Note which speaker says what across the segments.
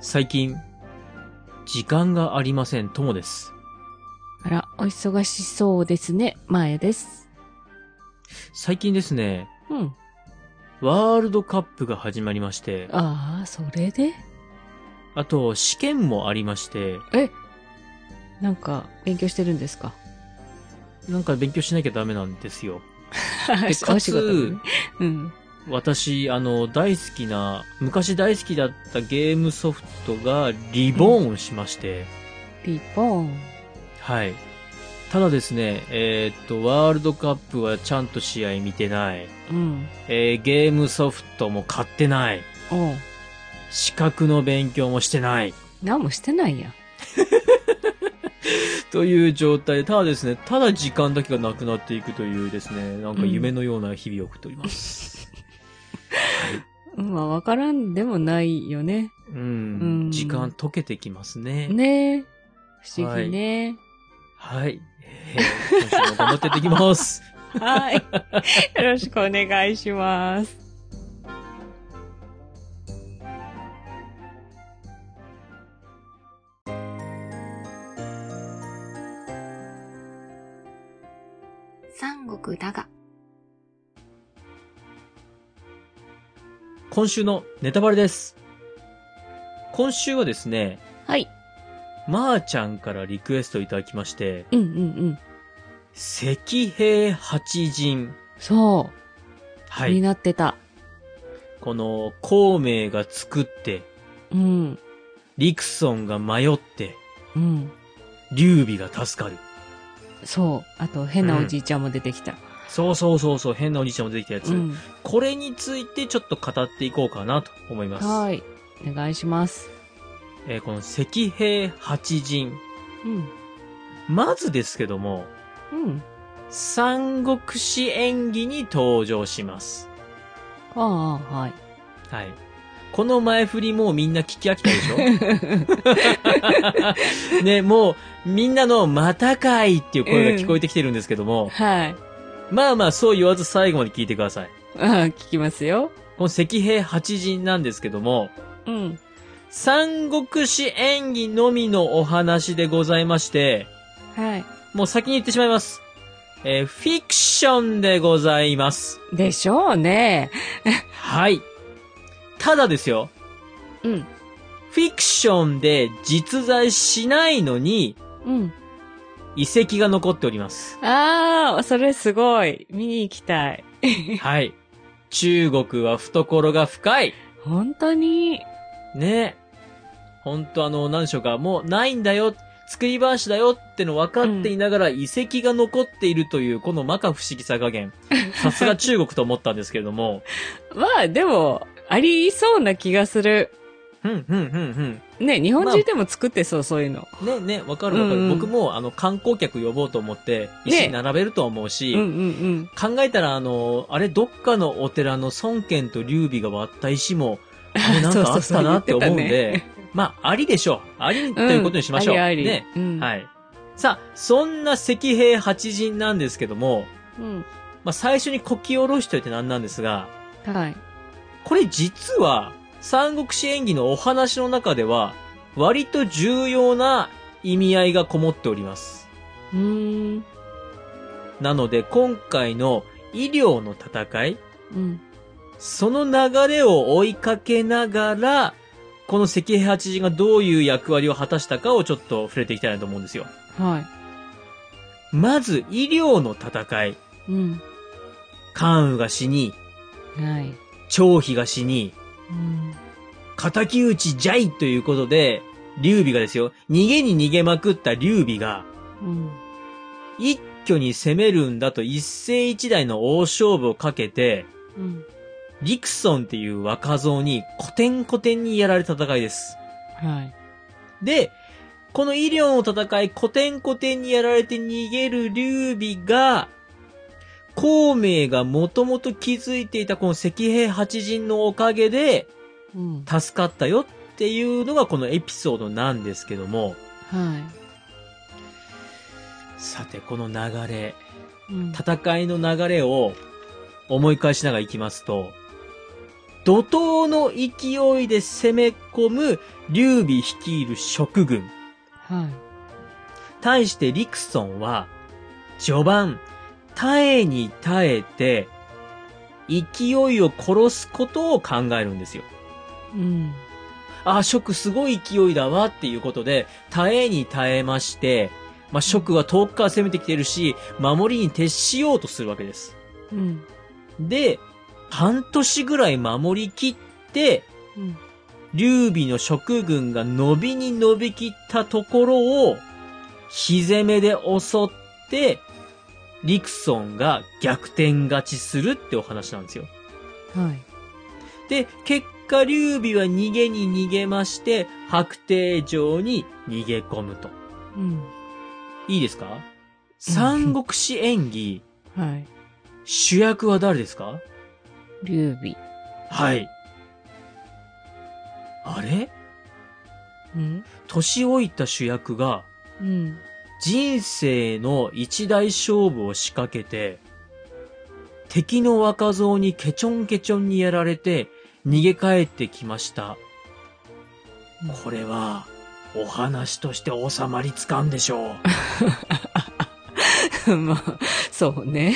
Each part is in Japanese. Speaker 1: 最近、時間がありません、ともです。
Speaker 2: あら、お忙しそうですね。まやです。
Speaker 1: 最近ですね、
Speaker 2: うん。
Speaker 1: ワールドカップが始まりまして、あ
Speaker 2: ああ、それで
Speaker 1: と、試験もありまして、
Speaker 2: えなんか、勉強してるんです か
Speaker 1: なんか勉強しなきゃダメなんですよ。
Speaker 2: は
Speaker 1: で
Speaker 2: い
Speaker 1: かつ
Speaker 2: でねうん。
Speaker 1: 私、あの、大好きな、昔大好きだったゲームソフトがリボーンしまして、
Speaker 2: リボン。
Speaker 1: はい。ただですね、えーっと、ワールドカップはちゃんと試合見てない。
Speaker 2: うん。
Speaker 1: えーゲームソフトも買ってない。
Speaker 2: おう。
Speaker 1: 資格の勉強もしてない。
Speaker 2: 何もしてないやん。
Speaker 1: という状態で、ただですね、ただ時間だけがなくなっていくというですね、なんか夢のような日々を送っております。
Speaker 2: うんまあ、わからんでもないよね。
Speaker 1: うん。
Speaker 2: うん
Speaker 1: 時間溶けてきますね。
Speaker 2: ねえ。不思議ね。
Speaker 1: はい。えー今週も頑張っていってきます。
Speaker 2: はい。よろしくお願いします。
Speaker 3: 三国だが、
Speaker 1: 今週のネタバレです。今週はですね、
Speaker 2: はい。
Speaker 1: まー、ちゃんからリクエストいただきまして、
Speaker 2: うんうんうん。
Speaker 1: 石兵八人。
Speaker 2: そう。
Speaker 1: は
Speaker 2: に
Speaker 1: い。
Speaker 2: なってた。
Speaker 1: この、孔明が作って、
Speaker 2: うん。
Speaker 1: リクソンが迷って、
Speaker 2: うん。
Speaker 1: 劉備が助かる。
Speaker 2: そう。あと、変なおじいちゃんも出てきた。
Speaker 1: そうそうそうそう、変なおじいちゃんも出てきたやつ。
Speaker 2: うん。
Speaker 1: これについてちょっと語っていこうかなと思います。
Speaker 2: はい。お願いします。
Speaker 1: えーこの石兵八人。
Speaker 2: うん。
Speaker 1: まずですけども、
Speaker 2: うん。
Speaker 1: 三国志演義に登場します。
Speaker 2: ああ、はい。
Speaker 1: はい。この前振りもうみんな聞き飽きたで しょね、もうみんなのまたかいっていう声が聞こえてきてるんですけども、
Speaker 2: はい。
Speaker 1: まあまあそう言わず最後まで聞いてください。
Speaker 2: ああ、聞きますよ。
Speaker 1: この石兵八人なんですけども、
Speaker 2: うん。
Speaker 1: 三国志演義のみのお話でございまして、
Speaker 2: はい。
Speaker 1: もう先に言ってしまいます。えーフィクションでございます。
Speaker 2: でしょうね。
Speaker 1: はい。ただですよ、
Speaker 2: うん。
Speaker 1: フィクションで実在しないのに
Speaker 2: うん。
Speaker 1: 遺跡が残っております。
Speaker 2: ああ、それすごい。見に行きたい。
Speaker 1: はい。中国は懐が深い。
Speaker 2: 本当に。
Speaker 1: ねほんとあの、何でしょうか、もうないんだよ。作り話だよっての分かっていながら遺跡が残っているという、この摩訶不思議さ加減。さすが中国と思ったんですけれど も。
Speaker 2: まあ、でも、ありそうな気がする。
Speaker 1: ふんふんふんふん。
Speaker 2: ね、日本
Speaker 1: まあ
Speaker 2: 人でも作ってそう、そういうの。
Speaker 1: ねね、わかるわかる。
Speaker 2: うんうん
Speaker 1: 僕もあの、観光客呼ぼうと思って、
Speaker 2: ね
Speaker 1: 石並べると思う
Speaker 2: う
Speaker 1: し、
Speaker 2: んうん
Speaker 1: 考えたらあの、あれ、どっかのお寺の孫権と劉備が割った石 も、あれなんかあったなって思うん
Speaker 2: そうそうそう
Speaker 1: で、まあ、ありでしょう。あり
Speaker 2: うん。
Speaker 1: ということにしましょう。
Speaker 2: んありあり。
Speaker 1: ね。
Speaker 2: うん。い。
Speaker 1: はい。さあ、そんな石兵八人なんですけども、
Speaker 2: うん。
Speaker 1: まあ、最初にこき下ろしといてなんなんですが、
Speaker 2: はい。
Speaker 1: これ実は、三国志演義のお話の中では、割と重要な意味合いがこもっております。
Speaker 2: うーん。
Speaker 1: なので、今回の医療の戦い、
Speaker 2: うん。
Speaker 1: その流れを追いかけながら、この赤兵八人がどういう役割を果たしたかをちょっと触れていきたいなと思うんですよ。
Speaker 2: は
Speaker 1: まず、医療の戦い。
Speaker 2: い。うん。
Speaker 1: 関羽が死に、
Speaker 2: はい。
Speaker 1: 張飛が死に、
Speaker 2: うん。
Speaker 1: 敵討ちジャイということで、劉備がですよ、逃げに逃げまくった劉備が、
Speaker 2: うん。
Speaker 1: 一挙に攻めるんだと一世一代の大勝負をかけて、
Speaker 2: うん。
Speaker 1: リクソンっていう若造に古典古典にやられた戦いです。
Speaker 2: はい。
Speaker 1: で、この医療の戦い、古典古典にやられて逃げる劉備が、孔明がもともと築いていたこの赤兵八人のおかげで、
Speaker 2: うん。
Speaker 1: 助かったよっていうのがこのエピソードなんですけども、
Speaker 2: は
Speaker 1: さてこの流れ、
Speaker 2: い。うん
Speaker 1: 戦いの流れを思い返しながらいきますと、怒涛の勢いで攻め込む劉備率いる蜀軍。
Speaker 2: はい。
Speaker 1: 対してリクソンは、序盤、耐えに耐えて、勢いを殺すことを考えるんですよ。
Speaker 2: うん。
Speaker 1: あ、蜀すごい勢いだわっていうことで、耐えに耐えまして、まあ、蜀は遠くから攻めてきてるし、守りに徹しようとするわけです。
Speaker 2: うん。
Speaker 1: で、半年ぐらい守り切って、
Speaker 2: うん。
Speaker 1: 劉備の蜀軍が伸びに伸びきったところを、火攻めで襲って、リクソンが逆転勝ちするってお話なんですよ。
Speaker 2: はい。
Speaker 1: で、結果、劉備は逃げに逃げまして、白帝城に逃げ込むと。
Speaker 2: うん。
Speaker 1: いいですか三国志演技、
Speaker 2: はい。
Speaker 1: 主役は誰ですか
Speaker 2: 劉備。
Speaker 1: はい。あれ
Speaker 2: うん。
Speaker 1: 年老いた主役が、
Speaker 2: うん。
Speaker 1: 人生の一大勝負を仕掛けて、敵の若造にケチョンケチョンにやられて逃げ帰ってきました。これは、お話として収まりつかんでしょう。
Speaker 2: まあ、そうね。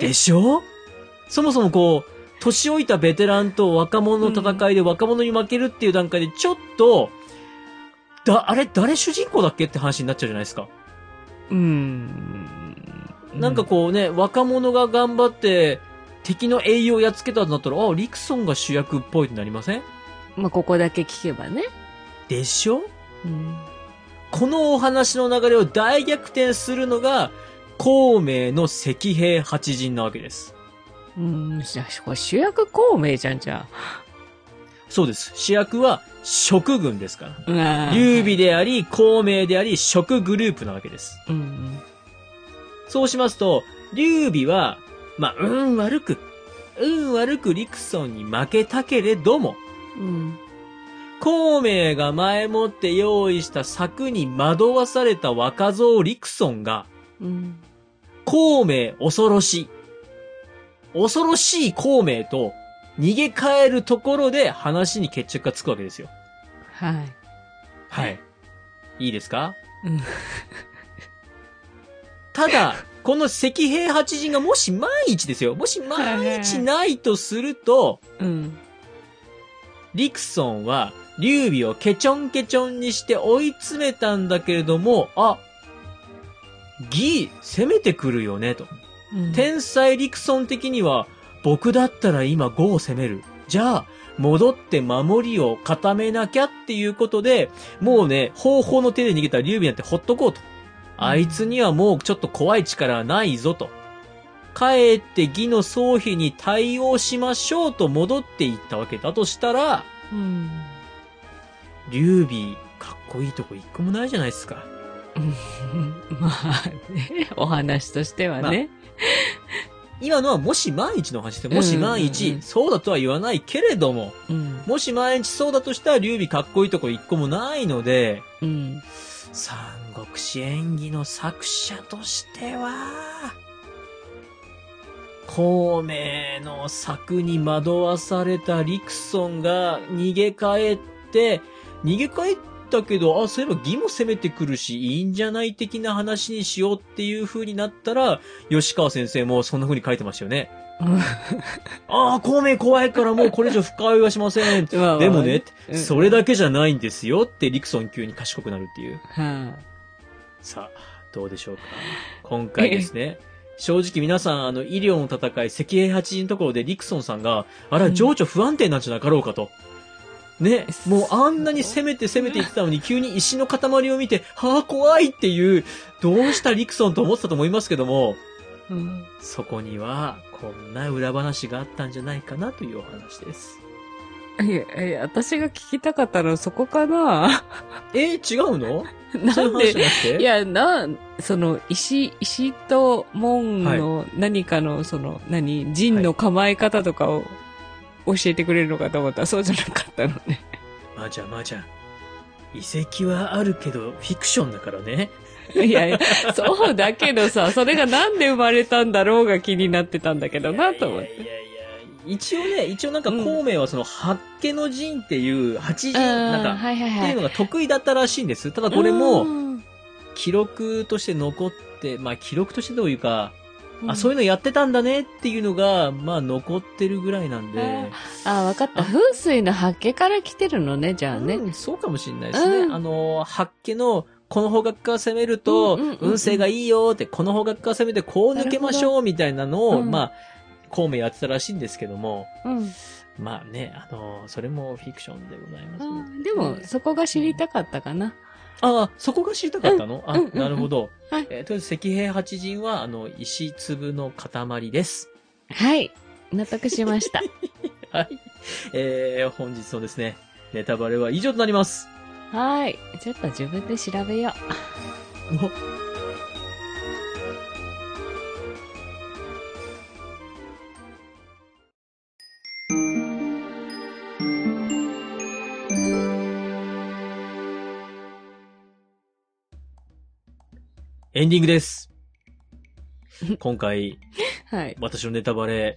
Speaker 1: でしょ そもそもこう、年老いたベテランと若者の戦いで若者に負けるっていう段階でちょっと、だ、あれ誰主人公だっけって話になっちゃうじゃないですか。
Speaker 2: うん。
Speaker 1: なんかこうね、若者が頑張って、敵の栄養をやっつけたんだったら、あ、リクソンが主役っぽいってなりません
Speaker 2: うん。まあ、ここだけ聞けばね。
Speaker 1: でしょ
Speaker 2: うん。
Speaker 1: このお話の流れを大逆転するのが、孔明の赤兵八人なわけです。
Speaker 2: うん。じゃあ、これ主役孔明じゃん、じゃ
Speaker 1: そうです。主役は食軍ですから。
Speaker 2: あ。
Speaker 1: 劉備。であり、孔明であり、食グループなわけです。
Speaker 2: うん。
Speaker 1: そうしますと、劉備は、まあ、運悪く、運悪くリクソンに負けたけれども、
Speaker 2: うん。
Speaker 1: 孔明が前もって用意した柵に惑わされた若造リクソンが、
Speaker 2: うん。
Speaker 1: 孔明恐ろしい。恐ろしい孔明と逃げ帰るところで話に決着がつくわけですよ。
Speaker 2: はい。
Speaker 1: はい。いいですか
Speaker 2: うん
Speaker 1: ただ、この赤兵八人がもし万一ですよ。もし万一ないとすると、
Speaker 2: うん。
Speaker 1: リクソンは、劉備をケチョンケチョンにして追い詰めたんだけれども、あ、義、攻めてくるよね、と。
Speaker 2: うん
Speaker 1: 天才リクソン的には、僕だったら今5を攻める。じゃあ、戻って守りを固めなきゃっていうことで、もうね、方法の手で逃げた劉備なんてほっとこうと。あいつにはもうちょっと怖い力はないぞと。帰って義の総否に対応しましょうと戻っていったわけだとしたら、
Speaker 2: うん。
Speaker 1: 劉備、かっこいいとこ一個もないじゃないですか。
Speaker 2: まあね、お話としてはね。
Speaker 1: 今のはもし万一の話で、もし万
Speaker 2: うんうんう
Speaker 1: 一、
Speaker 2: ん
Speaker 1: そうだとは言わないけれども、
Speaker 2: うん。
Speaker 1: もし万一そうだとしたら、劉備かっこいいとこ一個もないので、
Speaker 2: うん。
Speaker 1: 三国志演義の作者としては、孔明の策に惑わされたリクソンが逃げ帰って、逃げ帰ったけど、あ、そういえば義も攻めてくるし、いいんじゃない的な話にしようっていう風になったら、吉川先生もそんな風に書いてましたよね。ああ、孔明怖いからもうこれ以上深追いはしません って
Speaker 2: まあ
Speaker 1: でもね、、
Speaker 2: うん
Speaker 1: それだけじゃないんですよってリクソン急に賢くなるっていう。
Speaker 2: は
Speaker 1: さあ、どうでしょうか。今回ですね。 正直皆さん、あの、医療の戦い、赤兵八人のところでリクソンさんが、あ
Speaker 2: う
Speaker 1: ら、
Speaker 2: ん
Speaker 1: 情緒不安定なんじゃなかろうかと。ね、もうあんなに
Speaker 2: そ
Speaker 1: 攻めて攻めていってたのに、急に石の塊を見て、はあ、怖いっていう、どうしたリクソンと思ってたと思いますけども、
Speaker 2: いうん
Speaker 1: そこには、こんな裏話があったんじゃないかなというお話です。
Speaker 2: いやいや、私が聞きたかったのはそこかな
Speaker 1: えー違うのそういう
Speaker 2: な
Speaker 1: ん話じ
Speaker 2: で、
Speaker 1: ゃなくて
Speaker 2: いや、なん、その、石、石と門の何かの、その、何、陣の構え方とかを教えてくれるのかと思ったら、そうじゃなかったの ね。
Speaker 1: まあじゃあまあじゃあ。遺跡はあるけど、フィクションだからね。
Speaker 2: いやいや、そうだけどさ、それがなんで生まれたんだろうが気になってたんだけどなと思って。
Speaker 1: いやいやいや一応ね、一応なんか
Speaker 2: うん
Speaker 1: 孔明はその、八家の陣っていう、八陣、なんか、
Speaker 2: はいはい
Speaker 1: ってい
Speaker 2: は
Speaker 1: う
Speaker 2: い。
Speaker 1: のが得意だったらしいんです。ただこれも、
Speaker 2: うん、
Speaker 1: 記録として残って、まあ記録としてどういうか、あ、そういうのやってたんだねっていうのが、まあ残ってるぐらいなんで、
Speaker 2: ああ、わかった。風水の発家から来てるのね、じゃあね。
Speaker 1: うんそうかもしれないですね。
Speaker 2: うん
Speaker 1: あの、八家の、この方角から攻めると
Speaker 2: うんうんうん、うん
Speaker 1: 運勢がいいよって、この方角から攻めてこう抜けましょうみたいなのを、
Speaker 2: うん
Speaker 1: まあ、孔明やってたらしいんですけども、
Speaker 2: うん
Speaker 1: まあね、あの、それもフィクションでございますので。
Speaker 2: でも、そこが知りたかったかな。
Speaker 1: ああ、そこが知りたかったの、
Speaker 2: うんうん
Speaker 1: あ、なるほど。
Speaker 2: はい
Speaker 1: えーとりあえず、石兵八陣は、あの、石粒の塊です。
Speaker 2: はい。納得しました。
Speaker 1: はい。えー、本日のですね、ネタバレは以上となります。
Speaker 2: はい。ちょっと自分で調べよ
Speaker 1: おエンディングです。今回、
Speaker 2: う。はい。
Speaker 1: 私のネタバレ、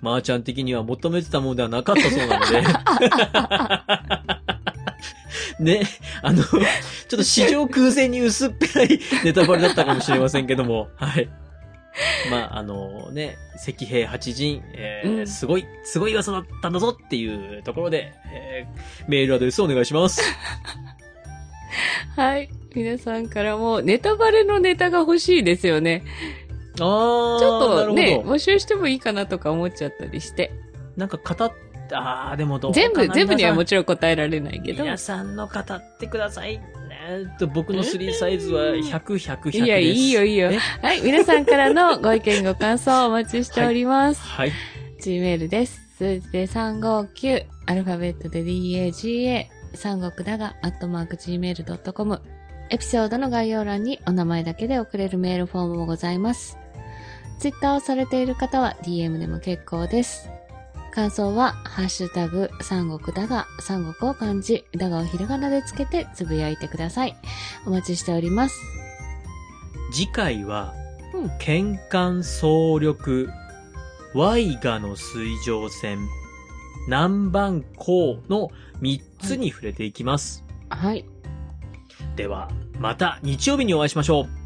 Speaker 1: まー、ちゃん的には求めてたものでは なかったそうなので。ね、あの、ちょっと史上空前に薄っぺらいネタバレだったかもしれませんけども、はい。まあ、あのね、石兵八陣、えー
Speaker 2: うん
Speaker 1: すごい、すごい噂だったんだぞっていうところで、えーメールアドレスをお願いします。
Speaker 2: はい。皆さんからも、ネタバレのネタが欲しいですよね。
Speaker 1: あー、
Speaker 2: ちょっと
Speaker 1: なる
Speaker 2: ね
Speaker 1: ほ、ど。
Speaker 2: 募集してもいいかなとか思っちゃったりして。
Speaker 1: なんか語った、あー、でもどうかな
Speaker 2: 全部、全部に
Speaker 1: 皆
Speaker 2: は
Speaker 1: さん
Speaker 2: もちろん答えられないけど。
Speaker 1: 皆さんの語ってください。えーっと、僕の3サイズは100、100、100です。
Speaker 2: いや、いいよ、いいよ
Speaker 1: え。
Speaker 2: はい。皆さんからのご意見、ご感想お待ちしております。
Speaker 1: はい。
Speaker 2: Gmail です。数字で359、アルファベットで DAGA、三国だが、アットマーク Gmail.com。エピソードの概要欄にお名前だけで送れるメールフォームもございます。Twitter をされている方は DM でも結構です。感想は、ハッシュタグ、三国だが、三国を漢字、だがをひらがなでつけてつぶやいてください。お待ちしております。
Speaker 1: 次回は
Speaker 2: うん、
Speaker 1: 剣艦総力、ワイガの水上船、南蛮港の3つに触れていきます。
Speaker 2: はい。
Speaker 1: では、また日曜日にお会いしましょう。